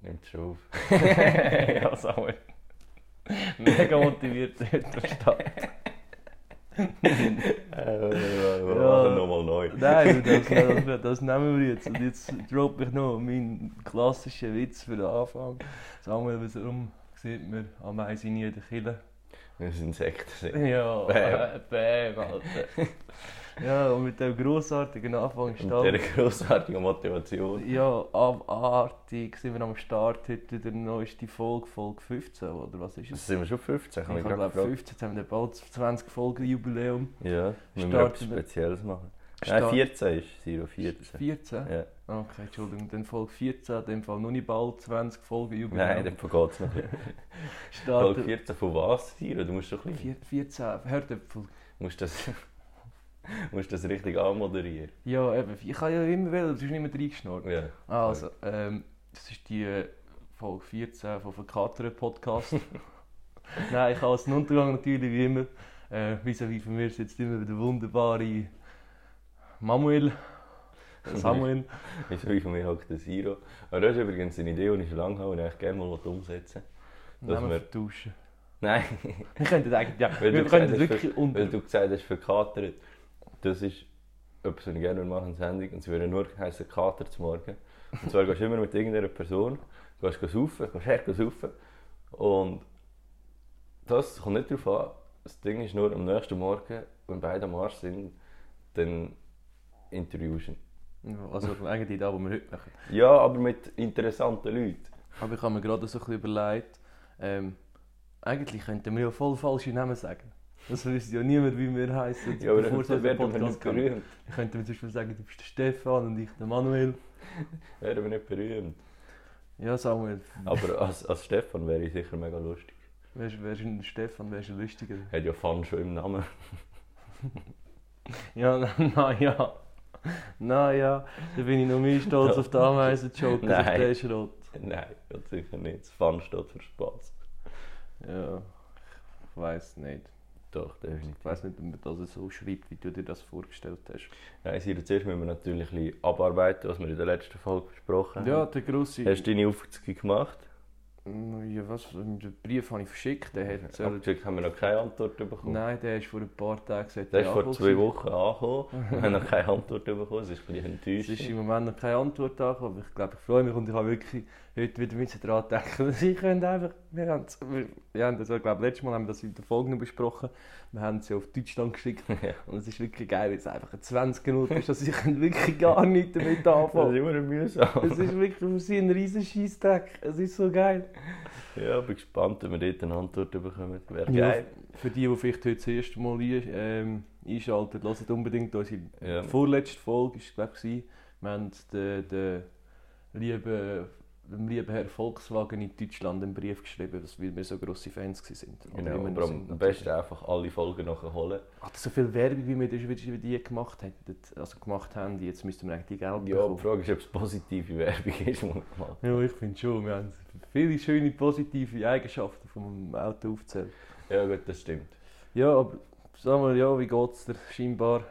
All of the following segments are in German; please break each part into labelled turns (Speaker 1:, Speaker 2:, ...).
Speaker 1: Nimmt schon auf. ja, Samuel. Mega motiviert heute am Start.
Speaker 2: Eh, Wir machen nochmal neu.
Speaker 3: Nein, du, das, das, das nehmen wir jetzt. Und jetzt droppe ich noch meinen klassischen Witz für den Anfang. Samuel, warum sieht man Ameisen nie in der Kille?
Speaker 2: Wir sind Insekten.
Speaker 3: Ja,
Speaker 2: Bam.
Speaker 3: äh, bam, Alter. Ja, und mit dem grossartigen Anfang
Speaker 2: Mit dieser
Speaker 3: stand.
Speaker 2: grossartigen Motivation.
Speaker 3: Ja, abartig sind wir am Start heute der neueste Folge, Folge 15, oder was ist es?
Speaker 2: Sind wir schon 15? Kann
Speaker 3: Ich
Speaker 2: ich gerade
Speaker 3: glaube
Speaker 2: gefragt.
Speaker 3: 15, jetzt haben wir bald 20 Folgen Jubiläum.
Speaker 2: Ja, müssen wir
Speaker 3: Starten
Speaker 2: etwas
Speaker 3: wir-
Speaker 2: Spezielles machen. Nein,
Speaker 3: Start-
Speaker 2: 14 ist Siro, 14.
Speaker 3: 14?
Speaker 2: Ja.
Speaker 3: Okay, Entschuldigung, dann Folge 14, in dem Fall noch nicht bald 20 Folgen Jubiläum.
Speaker 2: Nein, dann vergeht es noch. Folge
Speaker 3: Starten-
Speaker 2: 14 von was, Siro? Du musst doch ein bisschen...
Speaker 3: Vier- 14 Hördöpfel.
Speaker 2: musst das, musst das richtig anmoderieren.
Speaker 3: Ja, eben. Ich kann ja immer wählen, du hast nicht mehr reingeschnurrt.
Speaker 2: Ja.
Speaker 3: Also, ähm, das ist die äh, Folge 14 von Verkateren Podcast. Nein, ich habe als Untergang natürlich wie immer. Äh, vis-à-vis von mir sitzt immer der wunderbare Manuel. Samuel.
Speaker 2: Wieso ich von mir hockt der Siro? Aber das ist übrigens eine Idee, die ich schon lange habe und ich eigentlich gerne mal umsetzen will. Dass
Speaker 3: Namen
Speaker 2: wir-
Speaker 3: vertauschen.
Speaker 2: Nein,
Speaker 3: Wir könnten eigentlich, ja,
Speaker 2: Weil
Speaker 3: wir
Speaker 2: du
Speaker 3: könnten
Speaker 2: gesagt hast,
Speaker 3: wirklich
Speaker 2: weil
Speaker 3: unter...
Speaker 2: du gesagt hast, verkatert. Das ist etwas, was ich gerne machen würde, Sendung. Und es würde nur heißen Kater zum Morgen. Und zwar gehst du immer mit irgendeiner Person, gehst du saufen, gehst her, gehst saufen. Und das kommt nicht darauf an. Das Ding ist nur, am nächsten Morgen, wenn beide am Arsch sind, dann interviewst du ihn.
Speaker 3: Also eigentlich da, wo wir heute machen.
Speaker 2: Ja, aber mit interessanten Leuten.
Speaker 3: Aber ich habe mir gerade so ein bisschen überlegt, ähm, eigentlich könnten wir ja voll falsche Namen sagen. Das wüsste ja niemand, wie wir heißen.
Speaker 2: Ja, aber dann werden wir nicht
Speaker 3: Ich
Speaker 2: berühmt.
Speaker 3: könnte mir zum Beispiel sagen, du bist der Stefan und ich der Manuel.
Speaker 2: Werden wir nicht berühmt.
Speaker 3: Ja, Samuel,
Speaker 2: Aber als, als Stefan wäre ich sicher mega lustig.
Speaker 3: wer ist, wer ist ein Stefan, wer ist ein lustiger?
Speaker 2: Hat ja Fun schon im Namen.
Speaker 3: Ja, naja. Naja, da bin ich noch mehr stolz auf den Ameisen-Joke als auf
Speaker 2: Nein.
Speaker 3: den Schrott.
Speaker 2: Nein, ganz sicher nicht. Das Fun steht für Spaß.
Speaker 3: Ja, ich weiß nicht.
Speaker 2: Doch, definitiv.
Speaker 3: Ich weiß nicht, ob man das so schreibt, wie du dir das vorgestellt hast.
Speaker 2: Nein, Siro, zuerst müssen wir natürlich ein bisschen abarbeiten, was wir in der letzten Folge besprochen
Speaker 3: Ja,
Speaker 2: haben.
Speaker 3: der grosse.
Speaker 2: Hast du deine Aufzüge gemacht?
Speaker 3: Ja, Mm, was? Den Brief habe ich verschickt. Der hat, äh,
Speaker 2: Abgesehen haben wir noch keine Antwort bekommen.
Speaker 3: nein, der ist vor ein paar Tagen gesagt.
Speaker 2: Der ist vor zwei Wochen angekommen. Wir haben noch keine Antwort bekommen. Das ist ein bisschen
Speaker 3: Es ist
Speaker 2: enttäuschend.
Speaker 3: im Moment noch keine Antwort angekommen, aber ich glaube, ich freue mich und ich habe wirklich heute wieder mit daran gedacht. Sie können einfach, wir haben, es- wir, wir haben das, ich glaube, letztes Mal haben wir das in der Folge noch besprochen. Wir haben sie auf Deutschland geschickt
Speaker 2: Ja.
Speaker 3: und es ist wirklich geil, weil es einfach eine 20 Minuten ist, dass ich wirklich gar nichts damit
Speaker 2: Das ist
Speaker 3: anfangen.
Speaker 2: immer mühsam.
Speaker 3: Es ist wirklich für sie ein riesen Scheissdreck. Es ist so geil.
Speaker 2: Ja, bin gespannt, ob wir dort eine Antwort bekommen. Wäre
Speaker 3: Ja,
Speaker 2: geil.
Speaker 3: für die, die vielleicht heute das erste Mal ein, ähm, einschalten, hört unbedingt unsere
Speaker 2: Ja.
Speaker 3: vorletzte Folge, ist, glaube ich, wir haben den, den lieben, dem lieben Herr Volkswagen in Deutschland einen Brief geschrieben, dass- weil wir so grosse Fans waren.
Speaker 2: Genau, aber am besten einfach alle Folgen nachher holen.
Speaker 3: Hat so viel Werbung, wie wir das wieder über die gemacht hätten, also gemacht haben, jetzt müssten wir eigentlich die Geld
Speaker 2: Ja, die
Speaker 3: bekommen.
Speaker 2: Frage ist, ob es positive Werbung ist, die wir gemacht
Speaker 3: Ja, ich finde schon, wir haben viele schöne positive Eigenschaften vom Auto aufgezählt.
Speaker 2: haben. Ja gut, das stimmt.
Speaker 3: Ja, aber sagen wir, ja, wie geht's dir scheinbar?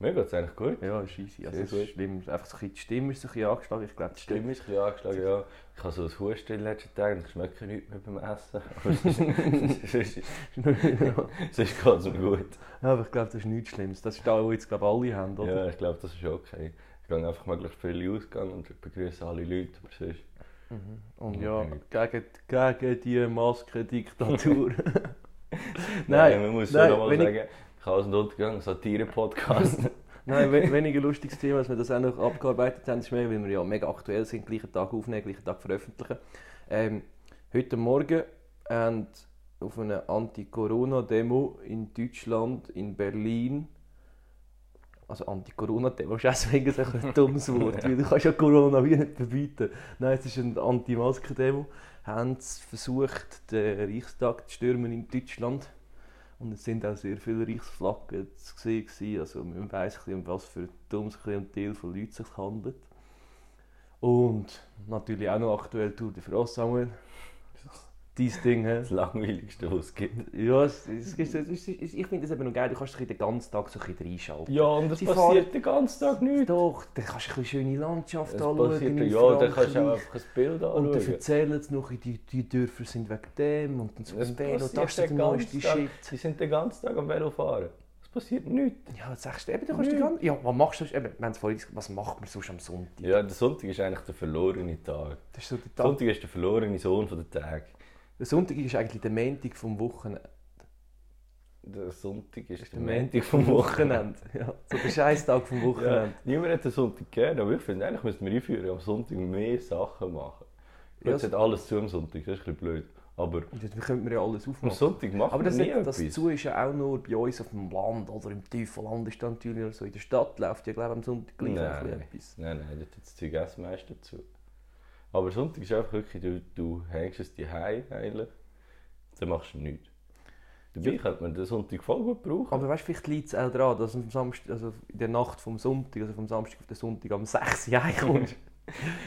Speaker 2: Mir geht es eigentlich gut.
Speaker 3: Ja, scheisse. Also,
Speaker 2: Sehr
Speaker 3: es ist
Speaker 2: gut.
Speaker 3: schlimm. Einfach so ein bisschen, die Stimme ist so ein bisschen angeschlagen. Ich glaube, die
Speaker 2: Die
Speaker 3: Stimme.
Speaker 2: Stimme ist ein bisschen angeschlagen, ja. Ich habe so ein Husten in den letzten Tagen und ich schmecke nichts mehr beim Essen. Aber sonst, sonst, sonst geht es mir gut.
Speaker 3: ja, aber ich glaube, das ist nichts Schlimmes. Das ist das, was jetzt glaube ich, alle haben, oder?
Speaker 2: Ja, ich glaube, das ist okay. Ich gehe einfach möglichst viele Ausgänge und begrüße alle Leute. Aber sonst,
Speaker 3: Und
Speaker 2: Ja,
Speaker 3: Mhm. ja,
Speaker 2: bin
Speaker 3: gegen, gegen die eh, Maskendiktatur.
Speaker 2: nein,
Speaker 3: Nein,
Speaker 2: man muss
Speaker 3: nein,
Speaker 2: schon nochmal
Speaker 3: wenn ich-
Speaker 2: sagen, ich habe einen Untergang, Satire-Podcast.
Speaker 3: Nein, we weniger lustiges Thema, als wir das auch noch abgearbeitet haben, ist mehr, weil wir ja mega aktuell sind, gleichen Tag aufnehmen, gleichen Tag veröffentlichen. Ähm, heute Morgen haben auf einer Anti-Corona-Demo in Deutschland, in Berlin, also Anti-Corona-Demo ist auch deswegen so ein dummes Wort, weil du kannst ja Corona wie nicht verbieten. Nein, es ist eine Anti-Masker-Demo, haben sie versucht, den Reichstag zu stürmen in Deutschland. Und es sind auch sehr viele Reichsflaggen zu sehen. gewesen. Also man weiss, ein bisschen, um was für ein dummes Klientel von Leuten es sich handelt. Und natürlich auch noch aktuell Tour de France, Samuel. dein Ding. hä?
Speaker 2: Das Langweiligste, was es gibt.
Speaker 3: Ja, es, es, es, es, es, ich finde das eben noch geil. Du kannst dich den ganzen Tag so ein bisschen reinschalten.
Speaker 2: Ja, und das
Speaker 3: Sie
Speaker 2: passiert den ganzen Tag nichts.
Speaker 3: Doch, dann kannst du ein bisschen schöne Landschaft
Speaker 2: Es
Speaker 3: anschauen.
Speaker 2: passiert,
Speaker 3: in
Speaker 2: ja, dann kannst du auch
Speaker 3: Frankreich.
Speaker 2: einfach ein Bild
Speaker 3: Und dann
Speaker 2: anschauen.
Speaker 3: erzählen sie noch, die, die Dörfer sind wegen dem und dann
Speaker 2: Es
Speaker 3: zum Bär und das
Speaker 2: passiert
Speaker 3: ist der
Speaker 2: den
Speaker 3: neueste
Speaker 2: ganzen Tag.
Speaker 3: Shit.
Speaker 2: Sie sind den ganzen Tag am Velofahren. Es passiert nichts.
Speaker 3: Ja, jetzt sagst du, eben, du kannst die ganze... Ja, was machst du sonst? Eben, wir haben es vorhin gesagt, was macht man sonst am Sonntag?
Speaker 2: Ja, der Sonntag ist eigentlich der verlorene Tag.
Speaker 3: Das ist so der
Speaker 2: Der
Speaker 3: Tag.
Speaker 2: Sonntag ist der verlorene Sohn von der Tag.
Speaker 3: Der Sonntag ist eigentlich der Montag vom Wochenende.
Speaker 2: Der Sonntag ist,
Speaker 3: Das ist
Speaker 2: der
Speaker 3: der
Speaker 2: Montag
Speaker 3: Montag
Speaker 2: vom
Speaker 3: vom
Speaker 2: Wochenende.
Speaker 3: Wochenende. Ja, so der Scheißtag vom
Speaker 2: Ja,
Speaker 3: Wochenende.
Speaker 2: niemand hat den Sonntag gern, aber ich finde, eigentlich müssten wir einführen, am Sonntag mehr Sachen machen.
Speaker 3: Ja,
Speaker 2: Jetzt
Speaker 3: so-
Speaker 2: hat alles zu am Sonntag, das ist ein bisschen blöd. Aber
Speaker 3: Und Dann könnte man ja alles
Speaker 2: am
Speaker 3: aufmachen.
Speaker 2: Sonntag machen
Speaker 3: Aber das,
Speaker 2: wir nie
Speaker 3: nicht, das
Speaker 2: etwas.
Speaker 3: zu ist ja auch nur bei uns auf dem Land oder im tiefen Land ist das natürlich oder so. In der Stadt läuft ja glaube ich am Sonntag gleich auch ein bisschen
Speaker 2: Nein,
Speaker 3: etwas.
Speaker 2: nein, nein, dort hat das Zeug essen meist dazu. Aber Sonntag ist einfach wirklich, du, du hängst es dir heim eigentlich, dann machst du nichts. Dabei könnte man den Sonntag voll gut brauchen.
Speaker 3: Aber weißt du, vielleicht liegt es auch daran, dass du am Samstag, also in der Nacht vom Sonntag, also vom Samstag auf den Sonntag am 6 Uhr heimkommst.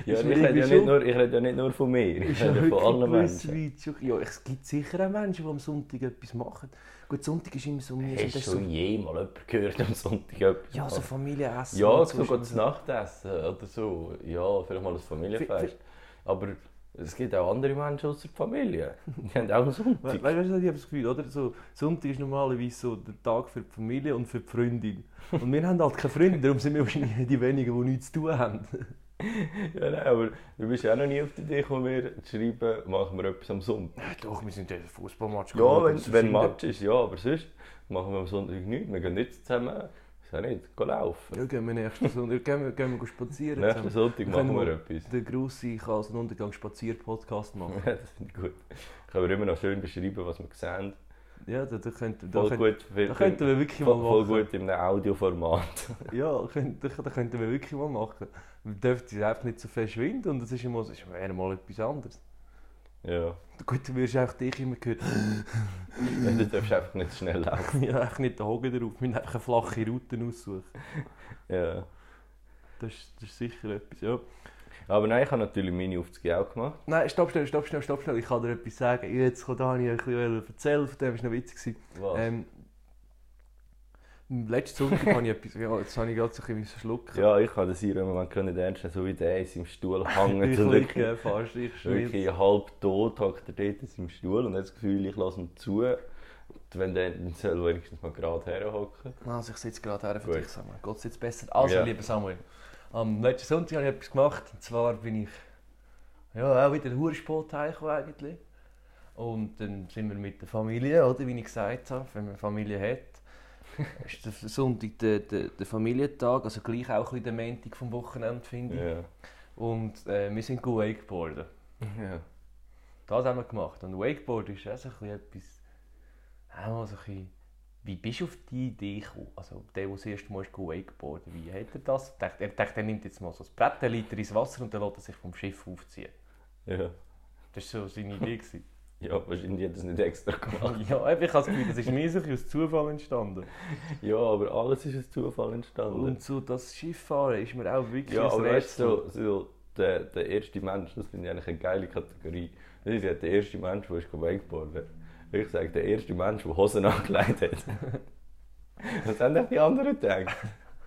Speaker 2: ja,
Speaker 3: ist
Speaker 2: ich
Speaker 3: mir
Speaker 2: rede
Speaker 3: irgendwie
Speaker 2: ja, nicht
Speaker 3: schon-
Speaker 2: nur, ich rede ja nicht nur von mir, ich
Speaker 3: Ist ja
Speaker 2: rede
Speaker 3: wirklich
Speaker 2: von allen
Speaker 3: gewiss
Speaker 2: Menschen.
Speaker 3: weit schon- Ja, es gibt sicher auch Menschen, die am Sonntag etwas machen. Gut, Sonntag ist immer so mühsam,
Speaker 2: Hast
Speaker 3: das
Speaker 2: du
Speaker 3: ist so,
Speaker 2: schon jemals jemanden gehört am Sonntag etwas
Speaker 3: ja, so
Speaker 2: machen?
Speaker 3: Familienessen.
Speaker 2: Ja,
Speaker 3: und
Speaker 2: so
Speaker 3: sonst-
Speaker 2: geht das Nachtessen oder so. Ja, vielleicht mal ein Familienfest. Aber es gibt auch andere Menschen außer die Familie. Die haben auch einen
Speaker 3: We-
Speaker 2: Sonntag.
Speaker 3: Weißt du, ich habe das Gefühl, oder? So, Sonntag ist normalerweise so der Tag für die Familie und für die Freundin. Und wir haben halt keine Freunde, darum sind wir wahrscheinlich die wenigen, die nichts zu tun haben.
Speaker 2: Ja, nein, aber du bist ja auch noch nie auf die Idee gekommen, mir zu schreiben, machen wir etwas am Sonntag.
Speaker 3: Doch, wir sind ja ein Fußballmatch.
Speaker 2: Ja, wenn, wenn Match ist, ja, aber sonst machen wir am Sonntag nichts. Wir gehen nicht zusammen, ich weiß nicht, gehen laufen.
Speaker 3: Ja, gehen wir nächsten Sonntag gehen wir, gehen wir spazieren.
Speaker 2: Nächsten
Speaker 3: zusammen.
Speaker 2: Sonntag
Speaker 3: Wir können
Speaker 2: machen wir
Speaker 3: mal
Speaker 2: etwas.
Speaker 3: Den grossen Kassenuntergang-Spazier-Podcast machen.
Speaker 2: Ja, das finde ich gut. Können wir immer noch schön beschreiben, was wir sehen.
Speaker 3: Ja, da, da könnten da
Speaker 2: Voll
Speaker 3: könnt,
Speaker 2: gut,
Speaker 3: da könnten wir wirklich mal
Speaker 2: voll, voll
Speaker 3: machen.
Speaker 2: gut in einem Audioformat.
Speaker 3: Ja, könnt, da, da könnten wir wirklich mal machen. Wir dürfen es einfach nicht so verschwinden und es ist immer so, es wäre mal etwas anderes.
Speaker 2: Ja.
Speaker 3: Gut, du wirst auch dich immer gehört.
Speaker 2: Ja, Du darfst einfach nicht so schnell laufen.
Speaker 3: Ich habe einfach nicht den Hogen drauf, wir müssen einfach eine flache Route aussuchen.
Speaker 2: Ja.
Speaker 3: Das ist, das ist sicher etwas, ja.
Speaker 2: Aber nein, ich habe natürlich meine Aufzüge auch gemacht.
Speaker 3: Nein, stopp schnell, stopp schnell, stopp schnell, ich kann dir etwas sagen. Jetzt kann Dani ein bisschen erzählen, von dem war noch witzig. gewesen.
Speaker 2: Was?
Speaker 3: Ähm, letzten Sonntag habe ich etwas, ja, jetzt habe ich gerade so ein bisschen verschluckt.
Speaker 2: ja, ich kann das hier im Moment gar nicht ernst nehmen, so wie der in seinem Stuhl hängt.
Speaker 3: ich
Speaker 2: so wirklich,
Speaker 3: liege fast, ich schwitze.
Speaker 2: wirklich halb tot hockt er dort in seinem Stuhl und hat das Gefühl, ich lasse ihm zu. Und Wenn der, dann soll er wenigstens mal gerade herhocken.
Speaker 3: Also ich sitze gerade her für
Speaker 2: Gut.
Speaker 3: dich, Samuel. Geht's jetzt besser? Also,
Speaker 2: Ja.
Speaker 3: lieber Samuel, am letzten Sonntag habe ich etwas gemacht. Und zwar bin ich ja, auch wieder Hurspot heimgekommen eigentlich. Und dann sind wir mit der Familie, oder? Wie ich gesagt habe, wenn man Familie hat, ist der Sonntag der, der, der Familientag. Also gleich auch ein bisschen der Montag vom Wochenende, finde ich.
Speaker 2: Ja.
Speaker 3: Und äh, wir sind gut wakeboarden.
Speaker 2: ja.
Speaker 3: Das haben wir gemacht. Und Wakeboard ist auch so ein bisschen etwas. Auch mal so ein bisschen, wie bist du auf die Idee gekommen? Also, der, der das erste Mal ist Wakeboarden, wie hat er das? Er dachte, er, dachte, er nimmt jetzt mal so ein Brett, einen Liter ins Wasser und dann lässt er sich vom Schiff aufziehen.
Speaker 2: Ja.
Speaker 3: Das war so seine Idee. gewesen.
Speaker 2: Ja, wahrscheinlich hat er es nicht extra gemacht.
Speaker 3: ja, eben, ich habe das Gefühl, das ist mir so ein bisschen aus Zufall entstanden.
Speaker 2: Ja, aber alles ist aus Zufall entstanden.
Speaker 3: Und so das Schifffahren ist mir auch wirklich
Speaker 2: Ja,
Speaker 3: ein
Speaker 2: aber weißt
Speaker 3: Rätsel.
Speaker 2: du, so, so der, der erste Mensch, das finde ich eigentlich eine geile Kategorie. Das ist ja der erste Mensch, der ist wakeboarden. Ich sage, der erste Mensch, der Hosen angelegt hat. Was haben denn die anderen gedacht?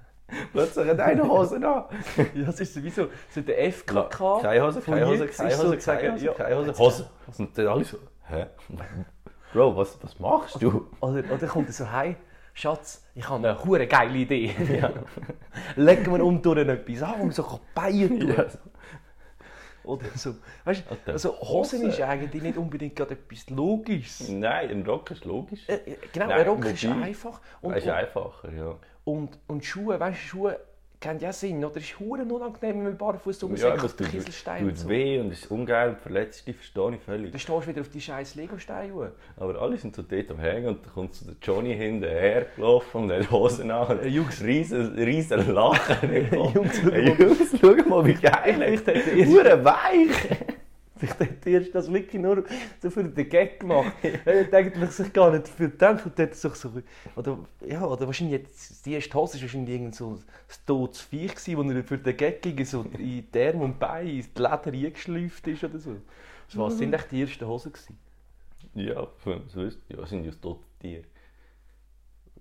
Speaker 2: Plötzlich hat einer Hosen an.
Speaker 3: Ja, das ist sowieso so der FKK.
Speaker 2: Keine Hose,
Speaker 3: von
Speaker 2: keine Hose,
Speaker 3: jetzt
Speaker 2: keine
Speaker 3: ist
Speaker 2: Hose,
Speaker 3: sozusagen-
Speaker 2: keine Hose,
Speaker 3: ja.
Speaker 2: keine Hose. Hosen. Und dann alle so, hä? Bro, was, was machst du?
Speaker 3: Oder, oder kommt er so heim, Schatz, ich habe eine hure geile Idee. Legen wir um durch etwas an, wo man so Beine tun
Speaker 2: Ja,
Speaker 3: kann.
Speaker 2: so.
Speaker 3: Oder so. Weißt
Speaker 2: Alter,
Speaker 3: du, also Hosen
Speaker 2: Hosen.
Speaker 3: ist eigentlich nicht unbedingt gerade etwas Logisches.
Speaker 2: Nein, ein Rock ist logisch.
Speaker 3: Äh, äh, Genau,
Speaker 2: Hm. Nein,
Speaker 3: ein Rock ist
Speaker 2: wobei-
Speaker 3: einfach. Und,
Speaker 2: Ist
Speaker 3: und,
Speaker 2: einfacher, ja.
Speaker 3: und, und Schuhe, weißt du, Schuhe kennen ja Sinn. Oder ist hure unangenehm, wenn man barfuß rum
Speaker 2: Ja,
Speaker 3: ja,
Speaker 2: aber es
Speaker 3: auf
Speaker 2: tut,
Speaker 3: den Kieselstein. und
Speaker 2: tut
Speaker 3: So.
Speaker 2: weh und ist ungeil und verletzt dich, verstehe ich völlig.
Speaker 3: Dann stehst du wieder auf die scheiß Legosteine. hoch.
Speaker 2: Aber alle sind so dort am Hängen und dann kommt so der Johnny hinterher gelaufen und hat die Hosen an.
Speaker 3: Äh, Jungs.
Speaker 2: riesen, riesen Lachen. im Kopf.
Speaker 3: Jungs, schau
Speaker 2: Hey, Jungs, schau mal, wie geil
Speaker 3: Ich
Speaker 2: ist.
Speaker 3: dachte, ihr-
Speaker 2: Hure weich.
Speaker 3: Ich dachte, ihr habt das wirklich nur so für den Gag gemacht. Er hat eigentlich sich gar nicht für gedacht und hat sich so... Oder, ja, oder wahrscheinlich, jetzt, die erste Hose war wahrscheinlich irgend so ein totes Viech, gewesen, wo er für den Gag ging, so in die Arme und Beine, in die Leder reingeschleift ist oder so. Was sind echt die ersten Hosen gewesen?
Speaker 2: Ja, wenn man es wüsste. Ja, sind ja tote Tiere.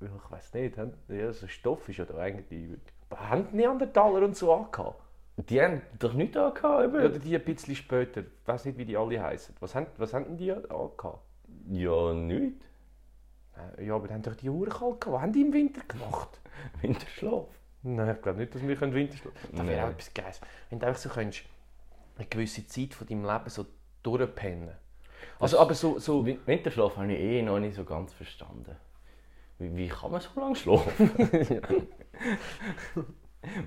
Speaker 1: Ja, ich weiß nicht. haben- Ja, so Stoff ist ja da eigentlich übrig. Aber haben die Neandertaler und so angehabt?
Speaker 2: Die haben doch nichts angehabt, eben.
Speaker 1: Oder die ein bisschen später? Ich weiß nicht, wie die alle heißen. Was haben, was haben denn die angehabt?
Speaker 2: Ja, nichts.
Speaker 1: Äh, Ja, aber die haben doch die Uhren kalt gehabt. Was haben die im Winter gemacht?
Speaker 2: Winterschlaf.
Speaker 1: Nein, ich glaube nicht, dass wir können Winterschlaf. Das wäre auch
Speaker 2: Nein.
Speaker 1: etwas Geiles. Wenn du einfach so könntest, eine gewisse Zeit von deinem Leben so durchpennen. Also, aber so. so
Speaker 2: Win- Winterschlaf habe ich eh noch nicht so ganz verstanden. Wie, wie kann man so lange schlafen?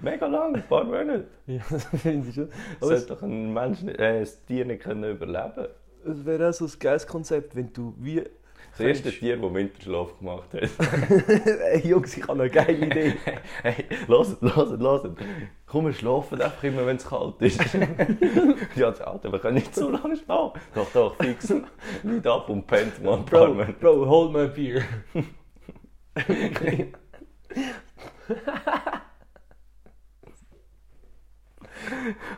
Speaker 2: Mega lang, ein paar Monate.
Speaker 3: Ja, das finde ich schon. Aber
Speaker 2: Sollte
Speaker 3: es,
Speaker 2: doch ein Mensch, nicht- äh, ein Tier nicht können überleben
Speaker 3: es wäre auch so ein geiles Konzept, wenn du wie.
Speaker 2: Das erste Tier, das Winterschlaf gemacht hat.
Speaker 3: Ey, Jungs, ich habe eine geile Idee.
Speaker 2: hey, hört, hört, hört. Komm, wir schlafen einfach immer, wenn es kalt ist. ja, das Alter, wir können nicht so lange schlafen. Doch, doch, fix. Nicht ab und pennt mal ein paar
Speaker 3: Bro,
Speaker 2: Monate.
Speaker 3: Bro, hold my beer.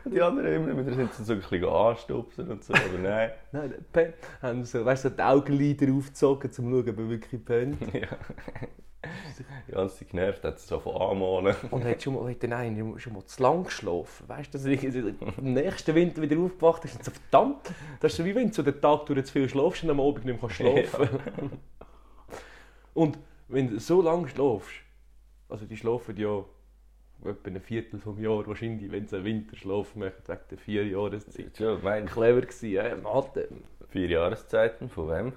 Speaker 2: Die anderen immer wieder sind so ein bisschen anstupsen und so, aber nein.
Speaker 3: Nein, Pen. Haben so, weißt du, so die Augenlider aufgezogen, um zu schauen, ob er wirklich pennt.
Speaker 2: Ja. Die ganze Zeit genervt, hat sie so von anmalen.
Speaker 3: Und hat schon mal, hat dann einen schon mal zu lang geschlafen. Weißt du, dass er im nächsten Winter wieder aufgewacht ist und so, verdammt, das ist so wie wenn du so den Tag durch zu viel schlafst und am Abend nicht mehr kannst schlafen Und wenn du so lange schlafst, also die schlafen ja etwa ein Viertel vom Jahr wahrscheinlich, wenn sie einen Winterschlaf machen, wegen der vier Jahreszeit.
Speaker 2: Schon, mein
Speaker 3: Clever gewesen, ja, Mathe.
Speaker 2: Vier Jahreszeiten, von wem?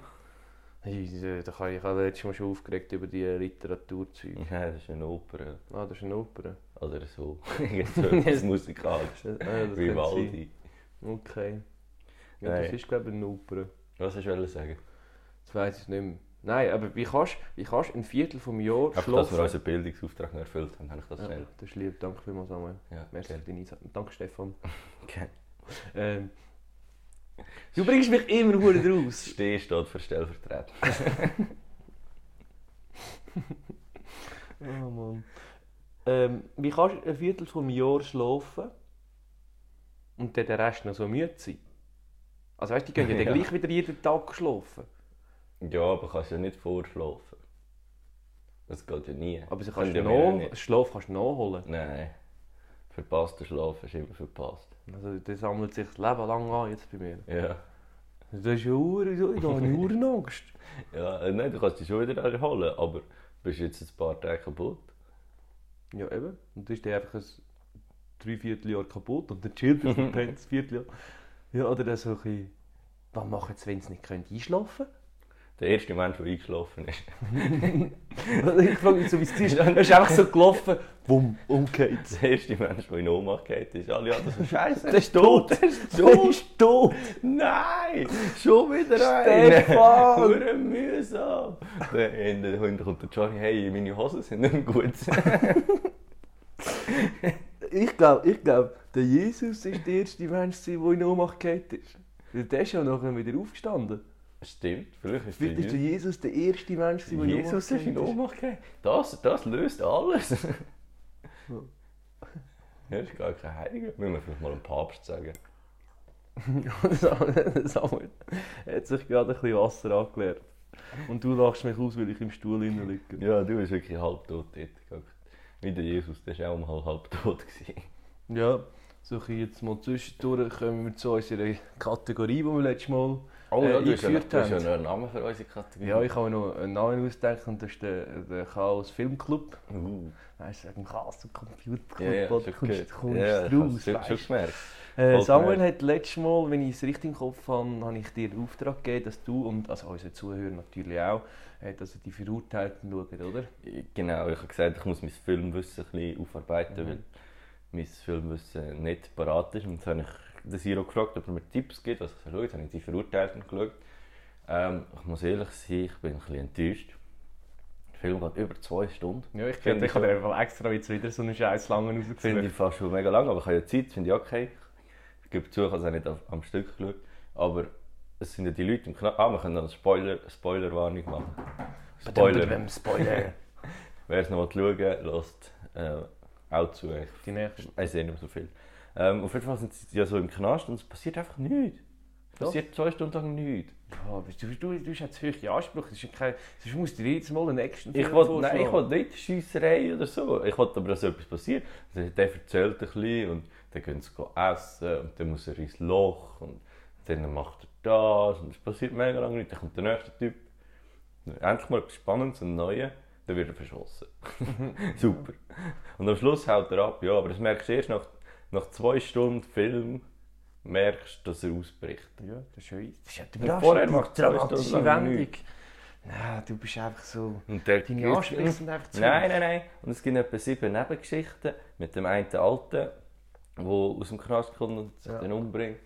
Speaker 3: Hey, Da kann ich habe letztes Mal schon aufgeregt über die Literaturzeug.
Speaker 2: Ja, das ist eine Oper.
Speaker 3: Ah, das ist eine Oper.
Speaker 2: Oder so. Irgend so etwas musikalisches.
Speaker 3: Ah, das könnte sein.
Speaker 2: Vivaldi.
Speaker 3: Okay. Ja,
Speaker 2: Nein.
Speaker 3: das ist glaube ich eine Oper.
Speaker 2: Was hast du sagen?
Speaker 3: Das weiß ich nicht mehr. Nein, aber wie kannst wie kannst du ein Viertel vom Jahr
Speaker 2: Einfach, dass wir
Speaker 3: schlafen?
Speaker 2: unseren Bildungsauftrag noch erfüllt haben, habe ich das
Speaker 3: Ja,
Speaker 2: schnell.
Speaker 3: das ist lieb, danke vielmals Samuel.
Speaker 2: Ja,
Speaker 3: Merci
Speaker 2: gell.
Speaker 3: für deine Einsatz. Danke Stefan.
Speaker 2: Okay.
Speaker 3: Ähm, du bringst mich immer hure draus.
Speaker 2: Steh steht für Stellvertreter.
Speaker 3: Oh Mann. Ähm, wie kannst du ein Viertel vom Jahr schlafen und dann der Rest noch so müde sein? Also weißt du, die gehen ja,
Speaker 2: Ja.
Speaker 3: dann gleich wieder jeden Tag schlafen.
Speaker 2: Ja, aber kannst ja nicht vorschlafen. Das geht ja nie.
Speaker 3: Aber sie
Speaker 2: Können
Speaker 3: kannst du
Speaker 2: wir ja
Speaker 3: noch,
Speaker 2: nicht.
Speaker 3: Schlaf kannst du nachholen.
Speaker 2: Nein. Verpasster Schlaf ist immer verpasst.
Speaker 3: Also das sammelt sich das Leben lang an jetzt bei mir. Also,
Speaker 2: Ja.
Speaker 3: Das ist ja hure, ich habe eine Hurenangst.
Speaker 2: Ja, äh, nein, du kannst dich schon wieder erholen, aber du bist jetzt ein paar Tage kaputt.
Speaker 3: Ja, eben. Und dann ist der einfach ein Dreivierteljahr kaputt und dann chillt er und pennt das Vierteljahr. Ja, oder dann so ein bisschen, was machen sie, wenn sie nicht können einschlafen
Speaker 2: Der erste Mensch, der eingeschlafen ist.
Speaker 3: können? ich frage mich so, wie es ist. Er ist einfach so gelaufen, bumm, umgeht.
Speaker 2: Der erste Mensch, der in Oma geht, ist. Alle anderen so, Scheiße,
Speaker 3: Der ist tot.
Speaker 2: der ist
Speaker 3: Der
Speaker 2: tot.
Speaker 3: ist tot!
Speaker 2: Nein, schon wieder einer.
Speaker 3: Stefan!
Speaker 2: Hure mühsam. Dann dann kommt der Johnny, hey, meine Hosen sind nicht mehr gut.
Speaker 3: Ich glaube, ich glaub, der Jesus ist der erste Mensch, gewesen, der in Ohnmacht geht ist. Weil Der ist ja nachher wieder aufgestanden.
Speaker 2: Stimmt, vielleicht ist
Speaker 3: Vielleicht ist der
Speaker 2: der
Speaker 3: Jesus der erste Mensch, gewesen, der in Ohnmacht
Speaker 2: Jesus ist in
Speaker 3: gefallen Mhm. ist.
Speaker 2: Oma gegangen. Das, das löst alles. Er ist gar kein Heiliger. Müssen wir vielleicht mal dem Papst sagen.
Speaker 3: Samuel hat sich gerade ein bisschen Wasser angeleert. Und du lachst mich aus, weil ich im Stuhl drinnen liege.
Speaker 2: Ja, du bist wirklich halbtot dort. gehockt. Wie der Jesus, der war auch mal halbtot. gewesen.
Speaker 3: Ja, so ein bisschen jetzt mal zwischendurch kommen wir zu unserer Kategorie, die wir letztes Mal
Speaker 2: Oh ja,
Speaker 3: äh,
Speaker 2: du hast ja,
Speaker 3: eingeführt
Speaker 2: du hast ja
Speaker 3: haben.
Speaker 2: noch einen Namen für unsere Kategorie.
Speaker 3: Ja, ich habe mir noch einen Namen ausgedacht und das ist der, der Chaos Filmclub.
Speaker 2: Uh,
Speaker 3: Weißt du, ein Chaos und Computerclub,
Speaker 2: ja, ja,
Speaker 3: wo du
Speaker 2: schon
Speaker 3: kommst,
Speaker 2: gehört.
Speaker 3: kommst
Speaker 2: Ja, ich hab's
Speaker 3: raus,
Speaker 2: schon-
Speaker 3: weisst
Speaker 2: schon
Speaker 3: du.
Speaker 2: gemerkt.
Speaker 3: Äh,
Speaker 2: Voll
Speaker 3: Samuel
Speaker 2: gemerkt.
Speaker 3: hat letztes Mal, wenn ich es richtig im Kopf habe, habe ich dir den Auftrag gegeben, dass du und also unsere Zuhörer natürlich auch, äh, dass ihr die Verurteilten schaut, oder?
Speaker 2: Genau, ich habe gesagt, ich muss mein Filmwissen ein bisschen aufarbeiten, weil mein Filmwissen nicht parat ist. Und jetzt habe ich den Siro gefragt, ob er mir Tipps gibt, was ich soll schauen soll. Jetzt habe ich die Verurteilten geschaut. Ähm, ich muss ehrlich sein, ich bin ein bisschen enttäuscht. Der Film geht über zwei Stunden.
Speaker 3: Ja, ich
Speaker 2: Finde
Speaker 3: könnte
Speaker 2: ich
Speaker 3: ich habe einfach extra jetzt wieder so eine scheiß Lange
Speaker 2: Finde
Speaker 3: rausgefunden.
Speaker 2: ich fast schon mega lang, aber ich habe ja Zeit, finde ich okay. Ich gebe zu, ich habe es auch nicht am, am Stück geschaut. Aber es sind ja die Leute im Knast. Ah, wir können noch eine Spoiler, Spoilerwarnung machen. Spoiler.
Speaker 3: Spoiler.
Speaker 2: Wer es noch mal schauen will, lässt äh, auch zu. Ich
Speaker 3: Die nächste.
Speaker 2: Ich sehe nicht mehr so viel. Ähm, auf jeden Fall sind sie ja so im Knast und es passiert einfach nichts. Passiert zwei Stunden lang nichts.
Speaker 3: Boah, aber du, du, du hast ja zu hohe Ansprüche. Das ist ja kein, sonst musst du dir jetzt mal einen action
Speaker 2: Ich will, nein, ich will nicht Schiesserei oder so. Ich will aber, dass etwas passiert. Also, der erzählt ein bisschen und dann gehen sie essen und dann muss er ins Loch und dann macht er das und es passiert mega lange nicht. Dann kommt der nächste Typ, endlich mal etwas Spannendes und Neues, dann wird er verschossen. Super. Und am Schluss haut er ab, ja, aber das merkst du erst nach, nach zwei Stunden Film, merkst du, dass er ausbricht.
Speaker 3: Ja, das ist ja... Das ist ja du
Speaker 2: Und
Speaker 3: brauchst
Speaker 2: vorher
Speaker 3: ja die
Speaker 2: macht zwei
Speaker 3: dramatische
Speaker 2: Stunden lang
Speaker 3: Wendung.
Speaker 2: nichts.
Speaker 3: Nein, du bist einfach so...
Speaker 2: Und der
Speaker 3: Deine Ansprüche sind einfach zu
Speaker 2: Nein, nein, nein. Und es gibt etwa sieben Nebengeschichten mit dem einen Alten, der aus dem Knast kommt und sich dann umbringt.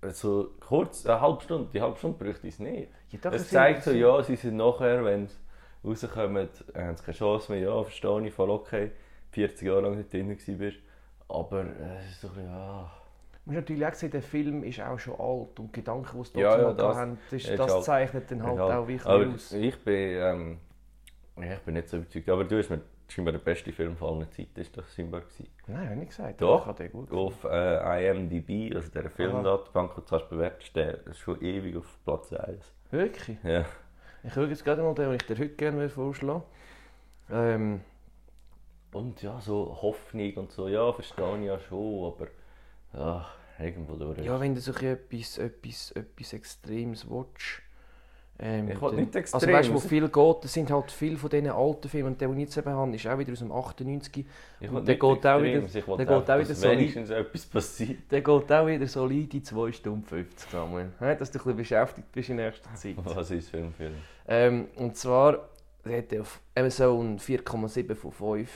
Speaker 2: Also kurz, eine halbe Stunde, die halbe Stunde bräuchte ich es nicht.
Speaker 3: Ja, doch,
Speaker 2: es
Speaker 3: es
Speaker 2: zeigt so,
Speaker 3: sind-
Speaker 2: ja, sie sind nachher, wenn sie rauskommen, haben sie keine Chance mehr. Ja, verstehe ich, voll okay, 40 Jahre lang nicht drin warst. Aber äh, es ist so ein bisschen, ah.
Speaker 3: Du musst natürlich auch sehen, der Film ist auch schon alt und die Gedanken, die sie
Speaker 2: Ja,
Speaker 3: dazu
Speaker 2: ja,
Speaker 3: mal
Speaker 2: das-
Speaker 3: gehabt haben, das,
Speaker 2: ist
Speaker 3: das
Speaker 2: halt-
Speaker 3: zeichnet dann halt
Speaker 2: Ja,
Speaker 3: auch wichtig
Speaker 2: aber
Speaker 3: aus.
Speaker 2: Ich bin, ähm, ja, ich bin nicht so überzeugt. Aber du hast mir scheinbar der beste Film von allen Zeiten, ist das Simba gewesen.
Speaker 3: Nein, habe ich nicht gesagt.
Speaker 2: Doch.
Speaker 3: Ich habe den gut.
Speaker 2: Auf äh, IMDb, also der Filmdatenbank, die du hast bewertet, ist der ist schon ewig auf Platz 1.
Speaker 3: Wirklich?
Speaker 2: Ja.
Speaker 3: Ich schaue jetzt gerade mal den, den ich dir heute gerne vorschlagen würde. Ähm,
Speaker 2: Und ja, so Hoffnung und so, ja, verstehe ich ja schon, aber ja, irgendwo durch.
Speaker 3: ja, wenn du so ein bisschen etwas, etwas, etwas Extremes watch. Ähm,
Speaker 2: Ich will
Speaker 3: dann-
Speaker 2: nicht
Speaker 3: Also
Speaker 2: extrem.
Speaker 3: weißt du, wo viel geht, das sind halt viele von diesen alten Filmen. Und der, den ich jetzt eben habe, ist auch wieder aus dem 98.
Speaker 2: ich
Speaker 3: und der geht auch wieder-
Speaker 2: Extremes, ich will
Speaker 3: der
Speaker 2: einfach,
Speaker 3: geht auch
Speaker 2: dass
Speaker 3: wieder so rein.
Speaker 2: wenigstens etwas passiert.
Speaker 3: Der geht auch wieder solide 2 Stunden 50 Samuel. Ja, dass du ein bisschen beschäftigt bist in nächster Zeit.
Speaker 2: Was ist für ein Film?
Speaker 3: Ähm, und zwar hat er auf Amazon 4,7 von 5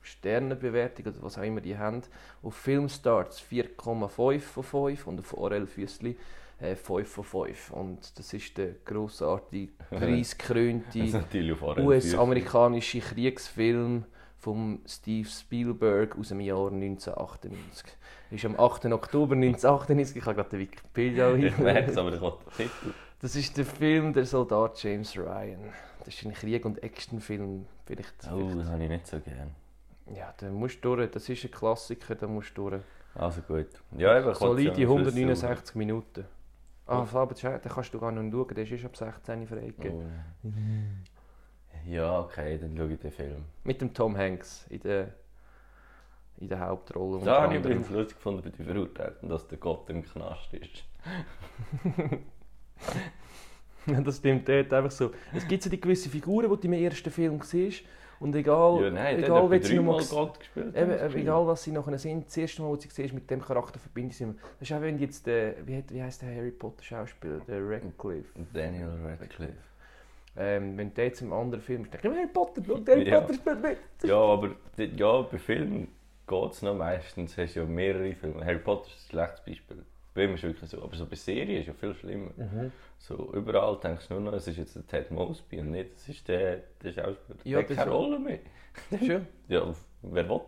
Speaker 3: Sternenbewertung oder was auch immer die haben. Auf Filmstarts 4,5 von 5 und auf Orel Füssli äh, 5 von 5. Und das ist der grossartige,
Speaker 2: Das ist
Speaker 3: preisgekrönte
Speaker 2: natürlich auf Orange
Speaker 3: US-amerikanische Kriegsfilm von Steve Spielberg aus dem Jahr 1998. Ist am 8. Oktober 1998, ich habe gerade den Wikipedia
Speaker 2: Fury. Ich
Speaker 3: hier.
Speaker 2: merke es, aber ich will den Titel.
Speaker 3: Das ist der Film Der Soldat James Ryan. Das ist ein Krieg- und Actionfilm. Vielleicht,
Speaker 2: Oh, das habe ich nicht so gern.
Speaker 3: vielleicht. Ja, da musst du durch. Das ist ein Klassiker, da musst du durch.
Speaker 2: Also gut. Ja, eben, ich will es ja
Speaker 3: Solide
Speaker 2: nicht
Speaker 3: 169 Minuten. Ah, aber den kannst du gar nicht schauen, der ist erst ab 16 freigegeben.
Speaker 2: wissen. Oh, nein. Ja, okay, dann schaue ich den Film.
Speaker 3: Mit dem Tom Hanks in der, in der Hauptrolle. unter
Speaker 2: Da habe ich
Speaker 3: anderem.
Speaker 2: übrigens lustig gefunden bei den Verurteilten, dass der Gott im Knast ist.
Speaker 3: das stimmt dort einfach so. Es gibt so die gewisse Figuren, die du im ersten Film siehst. Und egal,
Speaker 2: ja, nein, der
Speaker 3: egal,
Speaker 2: hat
Speaker 3: wenn sie
Speaker 2: etwa
Speaker 3: nochmal
Speaker 2: dreimal Gott gespielt.
Speaker 3: Eben,
Speaker 2: haben sie
Speaker 3: äh,
Speaker 2: gespielt.
Speaker 3: egal was sie nachher sind, das erste Mal, wo du sie siehst, mit dem Charakter verbindest du sie immer. Das ist auch wenn jetzt der, wie, hat, wie heisst der Harry Potter Schauspieler, der Radcliffe.
Speaker 2: Daniel Radcliffe.
Speaker 3: Ähm, wenn der jetzt im anderen Film ist, denkst du, Harry Potter, schau, der Harry
Speaker 2: Ja.
Speaker 3: Potter spielt mit.
Speaker 2: Ja, aber d- ja, bei Filmen geht es noch meistens. Hast du ja mehrere Filme. Harry Potter ist ein schlechtes Beispiel. Bei ihm ist es wirklich so. Aber so bei Serien ist ja viel schlimmer.
Speaker 3: Mhm.
Speaker 2: So, überall denkst du nur noch, es ist jetzt der Ted Mosby und nicht, es ist der, der Schauspieler. der
Speaker 3: Ja,
Speaker 2: hat
Speaker 3: das
Speaker 2: keine
Speaker 3: ist-
Speaker 2: Rolle mehr.
Speaker 3: Schon.
Speaker 2: Ja, wer will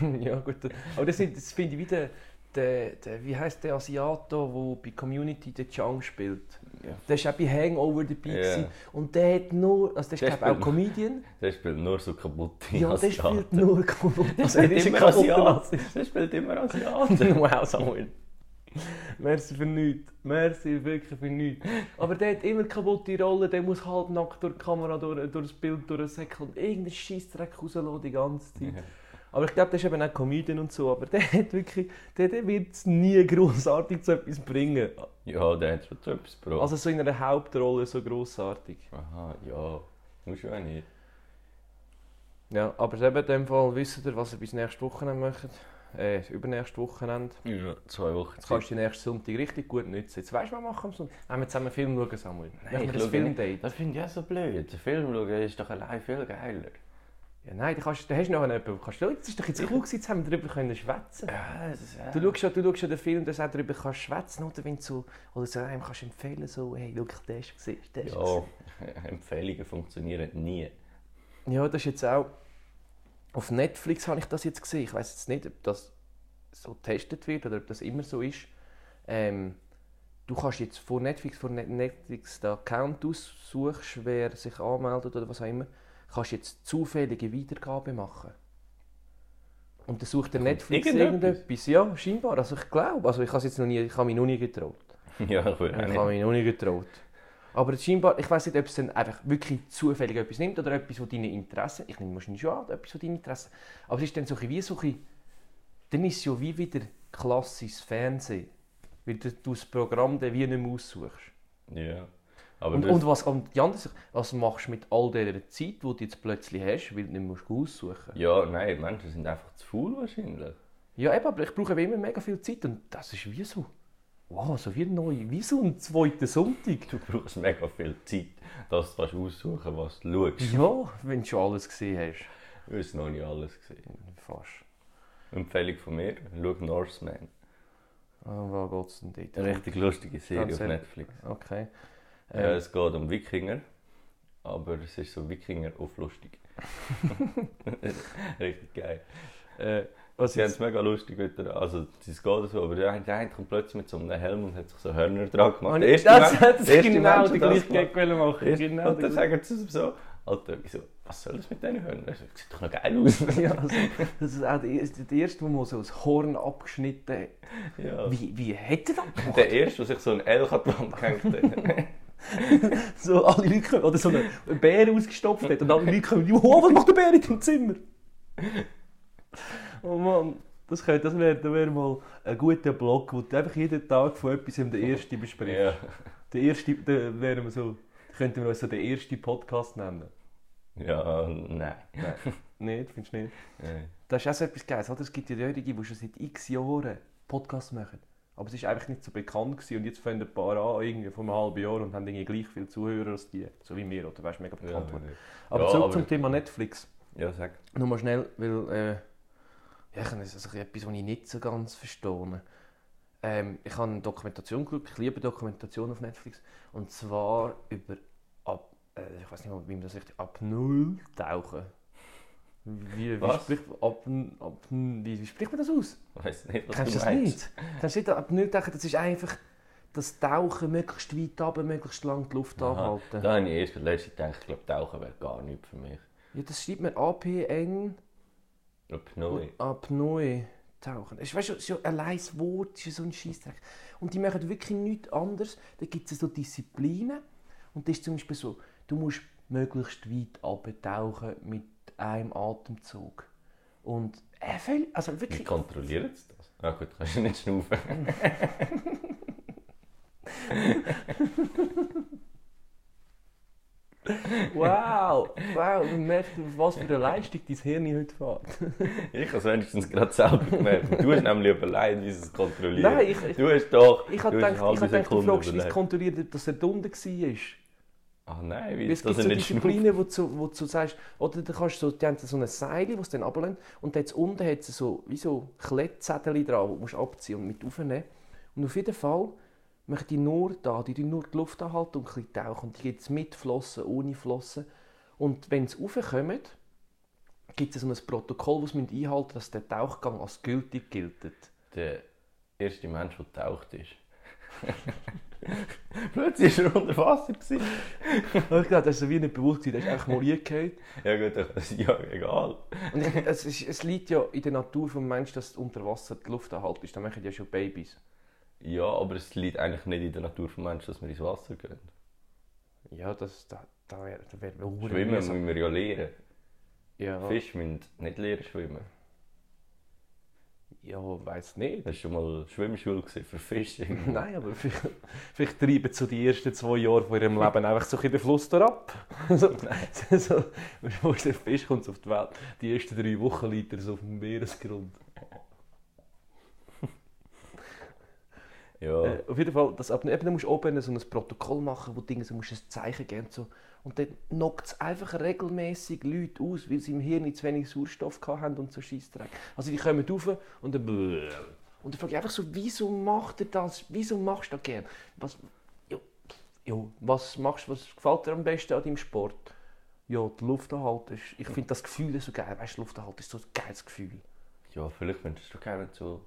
Speaker 2: den?
Speaker 3: ja, gut. Aber das, sind- das finde ich wieder, der, der, wie heisst der Asiato, der bei Community den Chang spielt.
Speaker 2: Ja.
Speaker 3: Der ist auch bei Hangover dabei.
Speaker 2: Ja.
Speaker 3: gewesen. Und der hat nur, also der ist
Speaker 2: Der
Speaker 3: glaube ich auch
Speaker 2: spielt-
Speaker 3: Comedian.
Speaker 2: Der spielt nur so kaputte
Speaker 3: Ja, der
Speaker 2: Asiaten.
Speaker 3: spielt nur Comedian.
Speaker 2: Der
Speaker 3: Also
Speaker 2: spielt
Speaker 3: er ist ein
Speaker 2: immer
Speaker 3: kaputter
Speaker 2: Asiaten. Der spielt immer Asiaten.
Speaker 3: wow, Samuel. Merci für nichts. Merci wirklich für nichts. Aber der hat immer kaputte Rolle, der muss halbnackt durch die Kamera, durch, durch das Bild, durch den Säckel und irgendeinen Scheissdreck rauslassen die ganze Zeit. Aber ich glaube, der ist eben auch Comedian und so, aber der hat wirklich, der, der wird es nie grossartig zu etwas bringen.
Speaker 2: Ja, der hat schon zu etwas gebracht.
Speaker 3: Also so in einer Hauptrolle so grossartig.
Speaker 2: Aha, ja. Muss ja auch nicht.
Speaker 3: Ja, aber eben in dem Fall wisst ihr, was ihr bis nächste Wochenende macht. Äh, übernächste Wochenende.
Speaker 2: Ja, zwei Wochen
Speaker 3: Jetzt kannst du den nächsten Sonntag richtig gut nutzen. Jetzt weißt du, was wir machen am Sonntag? Wenn wir zusammen einen Film schauen, Samuel. Machen wir
Speaker 2: ich
Speaker 3: das
Speaker 2: schaue
Speaker 3: Filmdate.
Speaker 2: Das finde ich auch so blöd. Den Film schauen ist doch allein viel geiler.
Speaker 3: Ja, nein, dann, kannst, dann hast du nachher jemanden. Kannst, du- das ist doch jetzt cool gewesen, jetzt haben wir darüber können schwätzen.
Speaker 2: Ja, das ist
Speaker 3: Du schaust, schon- du schaust schon den Film, dass du auch darüber kannst schwätzen oder wenn du so, oder so einem kannst empfehlen so, hey, schau, der ist gesehen, der ist
Speaker 2: Ja, Empfehlungen funktionieren nie.
Speaker 3: gewesen. Ja, das ist jetzt auch, auf Netflix habe ich das jetzt gesehen. Ich weiß jetzt nicht, ob das so getestet wird oder ob das immer so ist. Ähm, du kannst jetzt von Netflix, von Net- Netflix den Account aussuchst, wer sich anmeldet oder was auch immer, kannst jetzt zufällige Wiedergabe machen. Und Und dann sucht der Netflix
Speaker 2: irgendetwas?
Speaker 3: irgendetwas. Ja, scheinbar. Also ich glaube. Also ich, has jetzt noch nie, ich habe mich noch nie getraut.
Speaker 2: Ja, ich würde
Speaker 3: Ich habe
Speaker 2: auch nicht.
Speaker 3: mich noch nie getraut. Aber scheinbar, ich weiß nicht, ob es dann einfach wirklich zufällig etwas nimmt oder etwas, was deine Interessen, ich nehme wahrscheinlich schon an, etwas, was deine Interessen, aber es ist dann so ein bisschen wie so ein bisschen, dann ist es ja wie wieder klassisches Fernsehen, weil du du das Programm dann wie nicht mehr aussuchst.
Speaker 2: Ja. Aber
Speaker 3: Und,
Speaker 2: das,
Speaker 3: und was, und die andere Sache, was machst du mit all dieser Zeit, die du jetzt plötzlich hast, weil du nicht mehr aussuchen musst?
Speaker 2: ja, nein, die Menschen sind einfach zu faul wahrscheinlich.
Speaker 3: Ja eben, aber ich brauche eben immer mega viel Zeit und das ist wie so, wow, so wie neu, wie so ein zweiter Sonntag.
Speaker 2: Du brauchst mega viel Zeit, dass du kannst aussuchen kannst, was du schaust.
Speaker 3: Ja, wenn du schon alles gesehen hast.
Speaker 2: Ich habe noch nicht alles gesehen.
Speaker 3: Fast.
Speaker 2: Empfehlung von mir, schau Norseman.
Speaker 3: Ah, wo geht's denn dort?
Speaker 2: Eine richtig lustige Serie
Speaker 3: Ganz
Speaker 2: auf
Speaker 3: ehrlich.
Speaker 2: Netflix.
Speaker 3: Okay.
Speaker 2: Ja,
Speaker 3: Ähm,
Speaker 2: es geht um Wikinger, aber es ist so Wikinger auf lustig. richtig geil.
Speaker 3: äh, was
Speaker 2: Sie haben es
Speaker 3: jetzt?
Speaker 2: mega lustig wieder. Also, sie es geht so, aber der eine, der eine kommt plötzlich mit so einem Helm und hat sich so Hörner dran
Speaker 3: Ah,
Speaker 2: gemacht. Der
Speaker 3: Das
Speaker 2: erste Mensch-
Speaker 3: hat
Speaker 2: der
Speaker 3: sich
Speaker 2: erste
Speaker 3: genau
Speaker 2: Mensch,
Speaker 3: den
Speaker 2: der das
Speaker 3: gleichen Gag wollen machen.
Speaker 2: Erst-
Speaker 3: Genau
Speaker 2: und dann
Speaker 3: der
Speaker 2: sagen sie es ihm so, Alter, wieso, was soll das mit diesen Hörnern? Das sieht doch noch geil aus.
Speaker 3: gleiche. ja, also, das ist auch der erste, der erste, der mal so das Horn abgeschnitten
Speaker 2: ja.
Speaker 3: hat. Wie, wie hätte das
Speaker 2: Und
Speaker 3: gemacht?
Speaker 2: Der erste, der sich so ein Elch an die Wand gehängt hat.
Speaker 3: So alle Leute kommen, oder so einen Bär ausgestopft hat und alle Leute kommen, wow, was macht der Bär in dem Zimmer? Oh Mann, das, könnte- das wäre das wär mal ein guter Blog, wo du einfach jeden Tag von etwas den ersten besprichst.
Speaker 2: ja.
Speaker 3: Der erste, der wären wir so, könnten wir uns so den ersten Podcast nennen.
Speaker 2: ja, nein.
Speaker 3: Nicht, findest du nicht?
Speaker 2: Nein.
Speaker 3: Das ist auch so etwas Geiles, oder? Es gibt ja Leute, die schon seit x Jahren Podcasts machen. Aber es ist einfach nicht so bekannt gewesen. und jetzt fangen ein paar an, irgendwie vor einem halben Jahr und haben irgendwie gleich viel Zuhörer als die. So wie wir, oder? Weißt du, mega
Speaker 2: Ja,
Speaker 3: bekannt worden.
Speaker 2: aber-
Speaker 3: Aber
Speaker 2: Ja,
Speaker 3: zurück
Speaker 2: aber-
Speaker 3: zum Thema Netflix.
Speaker 2: ja, sag.
Speaker 3: Nur mal schnell, weil äh, ja, ich, das ist also etwas, was ich nicht so ganz verstehe. Ähm, ich habe eine Dokumentation geschaut, ich liebe Dokumentationen auf Netflix. Und zwar über, ab, äh, ich weiß nicht mal, wie man das richtig, ab Null tauchen. Wie, wie,
Speaker 2: Was?
Speaker 3: spricht, ab, ab, wie, wie spricht man das aus?
Speaker 2: Ich weiß nicht, was
Speaker 3: Kennst
Speaker 2: du
Speaker 3: du das
Speaker 2: meinst.
Speaker 3: nicht? Kennst du nicht ab Null tauchen? Das ist einfach das Tauchen möglichst weit runter, möglichst lang die Luft
Speaker 2: Aha,
Speaker 3: anhalten.
Speaker 2: Da habe ich erst letztens gedacht, ich glaube, Tauchen wäre gar nichts für mich.
Speaker 3: Ja, das schreibt man APN.
Speaker 2: Ob neu.
Speaker 3: Apnoe ah, tauchen. Es ist, weißt du, so ein leises Wort ist so ein Scheißdreck. Und die machen wirklich nichts anderes. Da gibt es so Disziplinen. Und das ist zum Beispiel so, du musst möglichst weit abtauchen mit einem Atemzug. Und äh, viel, also
Speaker 2: Wie
Speaker 3: wirklich.
Speaker 2: kontrollieren sie das? Ah gut, kannst du nicht schnaufen.
Speaker 3: Wow! Wow, du merkst, auf was für eine Leistung dein Hirn heute fährt.
Speaker 2: Ich habe es wenigstens gerade selber gemerkt. Du hast nämlich überlegt, wie sie es kontrollieren.
Speaker 3: Nein, ich- ich-
Speaker 2: du hast doch...
Speaker 3: Ich habe
Speaker 2: du hast eine
Speaker 3: gedacht, ich hab
Speaker 2: halbe
Speaker 3: gedacht du
Speaker 2: Sekunde
Speaker 3: fragst, wie es
Speaker 2: überlegt.
Speaker 3: kontrolliert wird, dass er da unten war.
Speaker 2: Ah nein,
Speaker 3: Weil
Speaker 2: wie
Speaker 3: Es
Speaker 2: ist das
Speaker 3: gibt so
Speaker 2: nicht schnaufen?
Speaker 3: Disziplinen, wo du, so- wo du so sagst, oder du kannst so, die haben so ein Seil, das dann runterlässt, und jetzt unten hat es so, wie so Klettzettel dran, die du musst abziehen und mit aufnehmen Und auf jeden Fall machen die nur da, die tun nur die Luft anhalten und ein bisschen tauchen. Und die gibt es mit Flossen, ohne Flossen. Und wenn sie raufkommen, gibt es so ein Protokoll, das sie einhalten müssen, dass der Tauchgang als gültig gilt.
Speaker 2: Der erste Mensch, der getaucht ist. Plötzlich war er unter Wasser. Gewesen.
Speaker 3: Und ich glaube, das ist so wie nicht bewusst, gewesen, das ist einfach mal reingehauen.
Speaker 2: Ja gut, ich- das ist ja egal.
Speaker 3: Und ich, es, ist, es liegt ja in der Natur des Menschen, dass unter Wasser die Luft anhalten ist. Da machen ja schon Babys.
Speaker 2: Ja, aber es liegt eigentlich nicht in der Natur des Menschen, dass wir ins Wasser gehen.
Speaker 3: Ja, das da, da wäre da wär hure
Speaker 2: Schwimmen
Speaker 3: mühsam.
Speaker 2: müssen wir ja lernen.
Speaker 3: Ja,
Speaker 2: Fisch müssen nicht lernen schwimmen.
Speaker 3: ja weiß nicht.
Speaker 2: Das war schon mal eine Schwimmschule gewesen für Fische.
Speaker 3: Nein, aber vielleicht, vielleicht treiben so die ersten zwei Jahre von ihrem Leben einfach so ein bisschen den Fluss da ab. so, so, wo der Fisch kommt auf die Welt, die ersten drei Wochen liegt er so auf dem Meeresgrund.
Speaker 2: Ja,
Speaker 3: Äh, auf jeden Fall, das, ab- eben, du musst oben so ein Protokoll machen, wo Dinge, so musst du ein Zeichen geben und so. Und dann knockt es einfach regelmäßig Leute aus, weil sie im Hirn zu wenig Sauerstoff gehabt haben und so Scheissdreck. Also die kommen rauf und dann blööö. Und dann frage ich einfach so, wieso macht ihr das? Wieso machst du das gern? Was, ja, pff, ja, was machst du, was gefällt dir am besten an deinem Sport? Ja, die Luft anhalten. ist- Ich finde das Gefühl so geil. Weißt du, Luft anhalten ist so ein geiles Gefühl.
Speaker 2: ja vielleicht findest du geil, wenn du so ein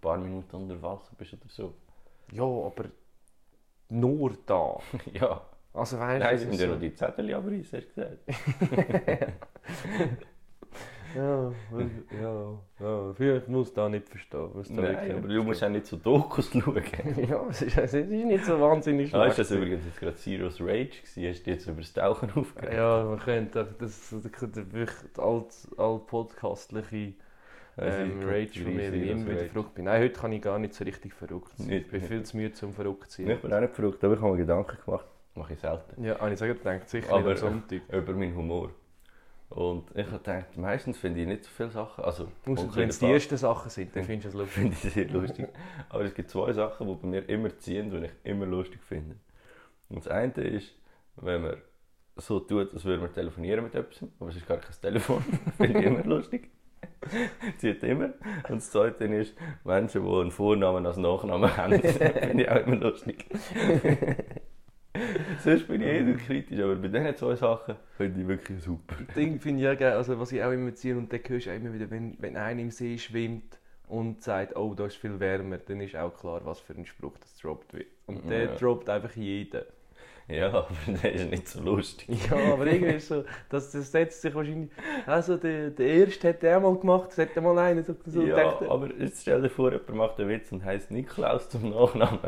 Speaker 2: paar Minuten unter Wasser bist oder so.
Speaker 3: Ja, aber nur da.
Speaker 2: ja.
Speaker 3: Also weißt
Speaker 2: Nein, sie
Speaker 3: es
Speaker 2: müssen
Speaker 3: ist
Speaker 2: ja
Speaker 3: so-
Speaker 2: noch die Zettel abreißen, hast du gesagt.
Speaker 3: Ja, weil- ja, ja, vielleicht muss da nicht verstehen. muss da
Speaker 2: Nein,
Speaker 3: wirklich
Speaker 2: aber
Speaker 3: nicht
Speaker 2: du musst auch nicht so Dokus schauen.
Speaker 3: verstehen. Ja, es ist, es ist nicht so wahnsinnig
Speaker 2: Ah, ist
Speaker 3: schlecht.
Speaker 2: das übrigens jetzt gerade Zero's Rage gewesen? Hast du jetzt über das Tauchen aufgeregt?
Speaker 3: Ja, man könnte doch- das, das, das wirklich all, all podcastliche
Speaker 2: Also,
Speaker 3: ähm,
Speaker 2: ich-
Speaker 3: Rage von mir,
Speaker 2: Zero's
Speaker 3: wie immer wieder
Speaker 2: Rage.
Speaker 3: verrückt bin. Nein, heute kann ich gar nicht so richtig verrückt sein.
Speaker 2: Nicht-
Speaker 3: ich bin viel zu müde zum verrückt zu sein.
Speaker 2: Ich bin auch nicht verrückt, aber ich habe mir Gedanken gemacht. Mache ich selten.
Speaker 3: Ja, habe ich sogar gedacht, sicher
Speaker 2: Aber-
Speaker 3: nicht am Sonntag.
Speaker 2: Über meinen Humor. Und ich habe gedacht, meistens finde ich nicht so viele Sachen. Also,
Speaker 3: Ausser wenn es die
Speaker 2: Fall
Speaker 3: ersten Sachen sind, dann findest du es lustig.
Speaker 2: finde ich sehr lustig. Aber es gibt zwei Sachen, die bei mir immer ziehen und ich immer lustig finde. Und das eine ist, wenn man so tut, als würde man telefonieren mit jemandem, aber es ist gar kein Telefon. finde ich immer lustig. Zieht immer. Und das zweite ist, Menschen, die einen Vornamen als Nachnamen haben, finde ich auch immer lustig. Sonst bin ich eh nicht kritisch, aber bei diesen zwei Sachen finde ich wirklich super.
Speaker 3: Das Ding finde ich ja geil, also was ich auch immer ziehe und dann hörst du auch immer wieder, wenn, wenn einer im See schwimmt und sagt, oh, da ist viel wärmer, dann ist auch klar, was für ein Spruch das droppt wird. Und der
Speaker 2: Ja.
Speaker 3: droppt einfach jeder.
Speaker 2: Ja, aber das ist nicht so lustig.
Speaker 3: Ja, aber irgendwie ist so, das, das setzt sich wahrscheinlich. Also, der, der erste hat er mal gemacht, das hat er mal einen so, so
Speaker 2: ja,
Speaker 3: gedacht.
Speaker 2: aber jetzt stell dir vor, jemand macht einen Witz und heißt Niklaus zum Nachnamen.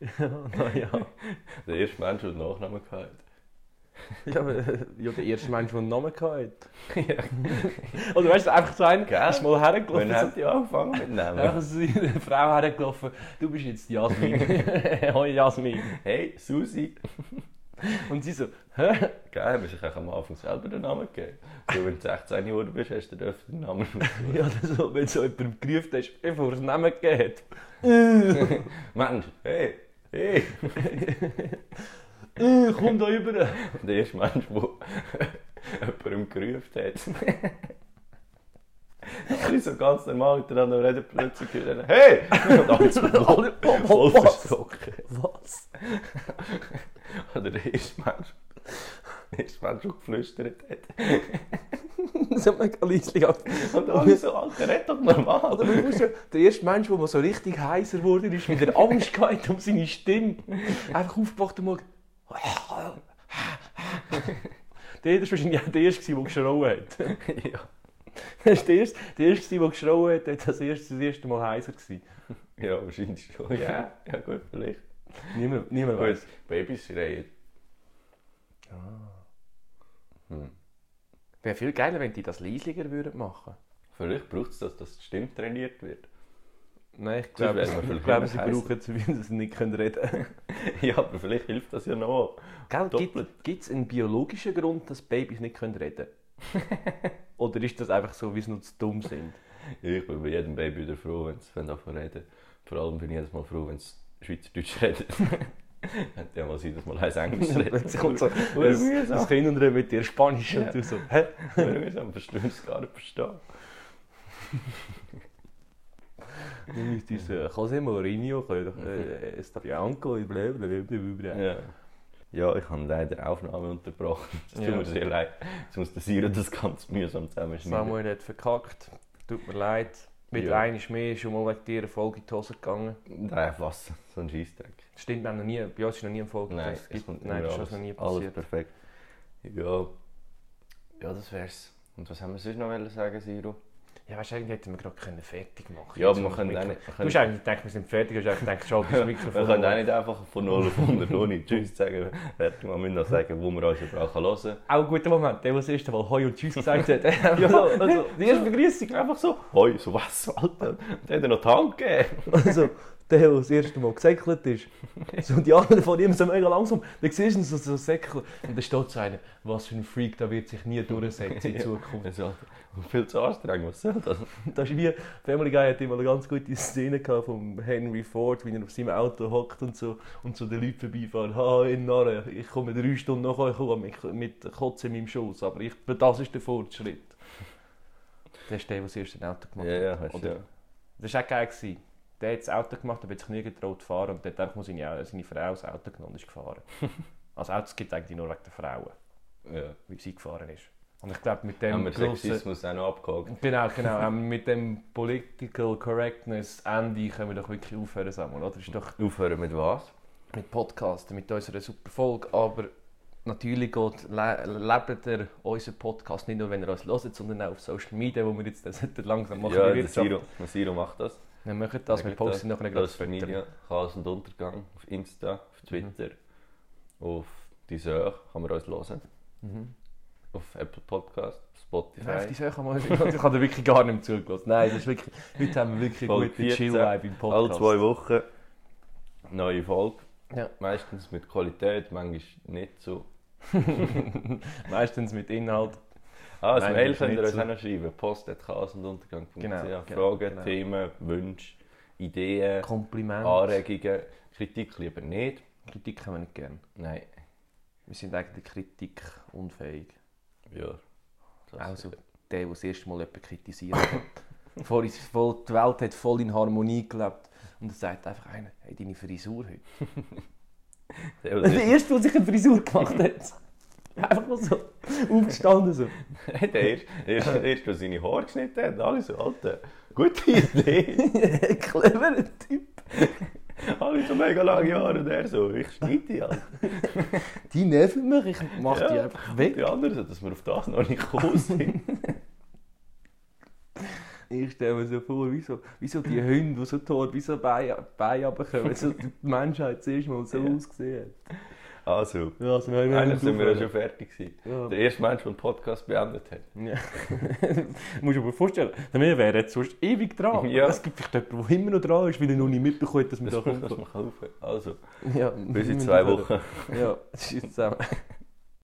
Speaker 3: Ja, na Ah, ja.
Speaker 2: Der erste Mensch, der einen Nachnamen hatte.
Speaker 3: ja, aber, äh, ja, der erste Mensch, der einen Namen hatte.
Speaker 2: ja,
Speaker 3: Oder weißt du, einfach so einen,
Speaker 2: Gell?
Speaker 3: ist mal
Speaker 2: wann
Speaker 3: hergelaufen. so-
Speaker 2: habt ihr angefangen mit Namen?
Speaker 3: Einfach so eine Frau hergelaufen, du bist jetzt die Jasmin. Hoi Jasmin.
Speaker 2: hey, Susi.
Speaker 3: Und sie so, hä?
Speaker 2: Gell, haben wir sich auch am Anfang selber den Namen gegeben. So, wenn du 16 geworden bist, hast du dir öfter den Namen ausgesucht.
Speaker 3: Ja, das so, wenn so jemand gerufen hast, bevor es Namen gegeben hat.
Speaker 2: Mensch, hey, hey.
Speaker 3: Äh, komm da rüber.
Speaker 2: Der erste Mensch, der jemandem gerufen hat. Alle so ganz normal miteinander reden, plötzlich hören, hey! Und alle so
Speaker 3: Alle, oh, oh,
Speaker 2: voll
Speaker 3: was?
Speaker 2: verstocken.
Speaker 3: Was?
Speaker 2: Oder der erste Mensch, der erste Mensch, der geflüstert hat.
Speaker 3: So mega leislich.
Speaker 2: Und alle so, Alter, red doch normal.
Speaker 3: Oder man muss ja, der erste Mensch, der mal so richtig heiser wurde, ist mit der Angst gehabt um seine Stimme. Einfach aufgewacht und mal. Der war wahrscheinlich auch der Erste, der geschrauen hat.
Speaker 2: ja.
Speaker 3: Das ist der Erste, der, Erste, der geschrauen hat, hat das erste, das erste Mal heiser gewesen.
Speaker 2: ja, wahrscheinlich schon. Ja, ja gut, vielleicht.
Speaker 3: Niemand, niemand
Speaker 2: Gut,
Speaker 3: weiß.
Speaker 2: Babys schreien.
Speaker 3: Wäre viel geiler, wenn die das leislicher würden machen.
Speaker 2: Vielleicht braucht es das, dass die Stimme trainiert wird.
Speaker 3: Nein, ich
Speaker 2: glaube,
Speaker 3: glaube,
Speaker 2: es-
Speaker 3: ich
Speaker 2: ich
Speaker 3: glaube
Speaker 2: glaube,
Speaker 3: sie
Speaker 2: heiser.
Speaker 3: brauchen zumindest nicht können reden.
Speaker 2: ja, aber vielleicht hilft das ja noch. Doppelt.
Speaker 3: Gibt es einen biologischen Grund, dass Babys nicht können reden Oder ist das einfach so, weil sie noch zu dumm sind?
Speaker 2: Ich bin bei jedem Baby wieder froh, wenn sie davon reden. Vor allem bin ich jedes Mal froh, wenn sie Schweizerdeutsch reden. Hätte ja mal sein, dass mal eins Englisch redet.
Speaker 3: Plötzlich kommt so
Speaker 2: Ur-
Speaker 3: ein,
Speaker 2: mühsam.
Speaker 3: ein Kind und redet mit dir Spanisch
Speaker 2: Ja.
Speaker 3: und du so, hä?
Speaker 2: Ur- mühsam, verstehe es gar nicht verstehen.
Speaker 3: Du müsstest so, äh, José Mourinho, äh, äh, está bianco, und blablabla.
Speaker 2: Ja. Ja, ich habe leider die Aufnahme unterbrochen. Es tut
Speaker 3: Ja.
Speaker 2: mir sehr leid. Jetzt muss der Siro das ganz mühsam zusammenschneiden.
Speaker 3: Samuel hat verkackt, tut mir leid. Mit
Speaker 2: Ja.
Speaker 3: einem mehr ist schon mal wegen dir eine Folge in die Hose gegangen.
Speaker 2: Nein, was? So ein Scheissdreck.
Speaker 3: Stimmt, wir haben noch nie, bei uns ist noch nie eine Folge
Speaker 2: Nein,
Speaker 3: es
Speaker 2: es
Speaker 3: gibt,
Speaker 2: kommt
Speaker 3: nein,
Speaker 2: immer
Speaker 3: das ist
Speaker 2: alles,
Speaker 3: uns noch nie
Speaker 2: alles
Speaker 3: passiert.
Speaker 2: perfekt. Ja. Ja, das wär's. Und was haben wir sonst noch wollen sagen, Siro?
Speaker 3: Ja, weißt du, eigentlich hätten wir gerade können fertig machen
Speaker 2: Ja,
Speaker 3: Jetzt
Speaker 2: aber wir
Speaker 3: kommt
Speaker 2: können
Speaker 3: das
Speaker 2: auch nicht- wir
Speaker 3: Mikro- Du
Speaker 2: können-
Speaker 3: hast eigentlich gedacht, wir sind fertig, du hast eigentlich gedacht, schau, bis das Mikrofon.
Speaker 2: Wir können auch nicht einfach von 0 auf 100 ohne Tschüss sagen. Fertig, wir müssen noch sagen, wo wir uns überall hören können.
Speaker 3: Auch ein guter Moment, der, der das erste Mal Hoi und Tschüss gesagt hat. ja,
Speaker 2: also,
Speaker 3: die erste Begrüßung.
Speaker 2: Einfach so, hoi, so was, Alter. Und hat er noch die Hand gegeben.
Speaker 3: Also, der, der das erste Mal gesäckelt ist, so, und die anderen von ihm so mega langsam, dann siehst du ihn so, so säckeln. Und dann steht so einer, was für ein Freak, der wird sich nie durchsetzen in
Speaker 2: Ja.
Speaker 3: Zukunft.
Speaker 2: Also, viel zu anstrengend, was soll das?
Speaker 3: Das ist wie, Family Guy hat immer eine ganz gute Szene gehabt von Henry Ford, wie er auf seinem Auto hockt und so und so den Leuten vorbeifahren. Ha, in Narren, ich komme drei Stunden nach euch kommen mit, mit Kotze in meinem Schoß, aber ich, das ist der Fortschritt. Das ist der, der das erste Auto
Speaker 2: Ja,
Speaker 3: gemacht hat.
Speaker 2: ja, hast du
Speaker 3: Oder-
Speaker 2: ja.
Speaker 3: Das war auch geil. Gewesen. Der hat das Auto gemacht, aber hat sich nie getraut zu fahren und der hat einfach nur seine, seine Frau das Auto genommen und ist gefahren. also Autos gibt es eigentlich nur wegen der Frauen,
Speaker 2: ja.
Speaker 3: wie sie gefahren ist. Und ich glaube, mit
Speaker 2: Haben
Speaker 3: dem
Speaker 2: wir
Speaker 3: grossen-
Speaker 2: Sexismus auch noch abgehakt?
Speaker 3: Genau, genau. Ähm, mit dem Political Correctness Ende können wir doch wirklich aufhören, Samuel, oder? Das ist doch
Speaker 2: Aufhören mit was?
Speaker 3: mit Podcasten, mit unserer super Folge, aber natürlich geht, le lebt er unseren Podcast nicht nur, wenn er uns hört, sondern auch auf Social Media, wo wir jetzt das langsam machen.
Speaker 2: ja,
Speaker 3: die
Speaker 2: der
Speaker 3: Wirtschaft.
Speaker 2: Siro, der Siro macht das.
Speaker 3: Wir machen das, wir
Speaker 2: Macht
Speaker 3: posten nachher
Speaker 2: das.
Speaker 3: gerade
Speaker 2: Das ist Familie, Chaos und Untergang auf Insta, auf Twitter, auf Deezer kann man uns hören,
Speaker 3: Mhm.
Speaker 2: auf Apple Podcast,
Speaker 3: Nein, auf
Speaker 2: Spotify.
Speaker 3: die Sache haben wir- ich habe da wirklich gar nicht zugelassen. Nein, das ist wirklich, heute haben wir wirklich
Speaker 2: Folge
Speaker 3: eine gute
Speaker 2: 14.
Speaker 3: Chill-Vibe im Podcast.
Speaker 2: Alle zwei Wochen neue Folge.
Speaker 3: Ja.
Speaker 2: Meistens mit Qualität, manchmal nicht so.
Speaker 3: Meistens mit Inhalt.
Speaker 2: Ah, das
Speaker 3: Nein,
Speaker 2: Mail
Speaker 3: das
Speaker 2: könnt ihr
Speaker 3: nicht
Speaker 2: uns
Speaker 3: so.
Speaker 2: auch noch schreiben. Post at Chaos und Untergang.
Speaker 3: Genau,
Speaker 2: Fragen,
Speaker 3: genau, genau.
Speaker 2: Themen, Wünsche, Ideen,
Speaker 3: Kompliment.
Speaker 2: Oh, Anregungen, Kritik lieber nicht.
Speaker 3: Kritik haben wir nicht gern.
Speaker 2: Nein,
Speaker 3: Wir sind eigentlich Kritik unfähig.
Speaker 2: ja. Das-
Speaker 3: Also der, der das erste Mal jemanden kritisiert hat. Vor uns voll, die Welt hat voll in Harmonie gelebt. Und dann sagt einfach einer, hey, deine Frisur heute.
Speaker 2: Ja, das ist-
Speaker 3: Das ist der erste, der sich eine Frisur gemacht hat. Einfach mal so. Aufgestanden so.
Speaker 2: Hey, der erst, erst, erst, der seine Haare geschnitten hat, alle so, Alter, gute Idee.
Speaker 3: Cleverer Typ.
Speaker 2: alle so mega lange Haare und er so, ich schneide die, Alter.
Speaker 3: Die nerven mich, ich mach die
Speaker 2: Ja.
Speaker 3: einfach weg.
Speaker 2: Die anderen so, dass wir auf das noch nicht gekommen sind.
Speaker 3: Ich stelle mir so vor, wieso, wieso die Hunde, die so tot, wieso Beine Beine runterkommen, so die Menschheit zuerst mal so
Speaker 2: Ja.
Speaker 3: ausgesehen
Speaker 2: Also,
Speaker 3: hat. Ja, so haben
Speaker 2: eigentlich sind wir ja schon fertig gewesen.
Speaker 3: Ja.
Speaker 2: Der erste Mensch, der den Podcast beendet hat.
Speaker 3: Ja. Musst du dir vorstellen, wir wären jetzt sonst ewig dran.
Speaker 2: Ja.
Speaker 3: Es gibt vielleicht jemanden, der immer noch dran ist, weil er noch nicht mitbekommen hat, dass wir
Speaker 2: Das
Speaker 3: da
Speaker 2: muss man
Speaker 3: kommen.
Speaker 2: kaufen. Also,
Speaker 3: Ja,
Speaker 2: bis in
Speaker 3: wir
Speaker 2: zwei
Speaker 3: müssen
Speaker 2: Wochen.
Speaker 3: aufhören. Ja, tschüss zusammen.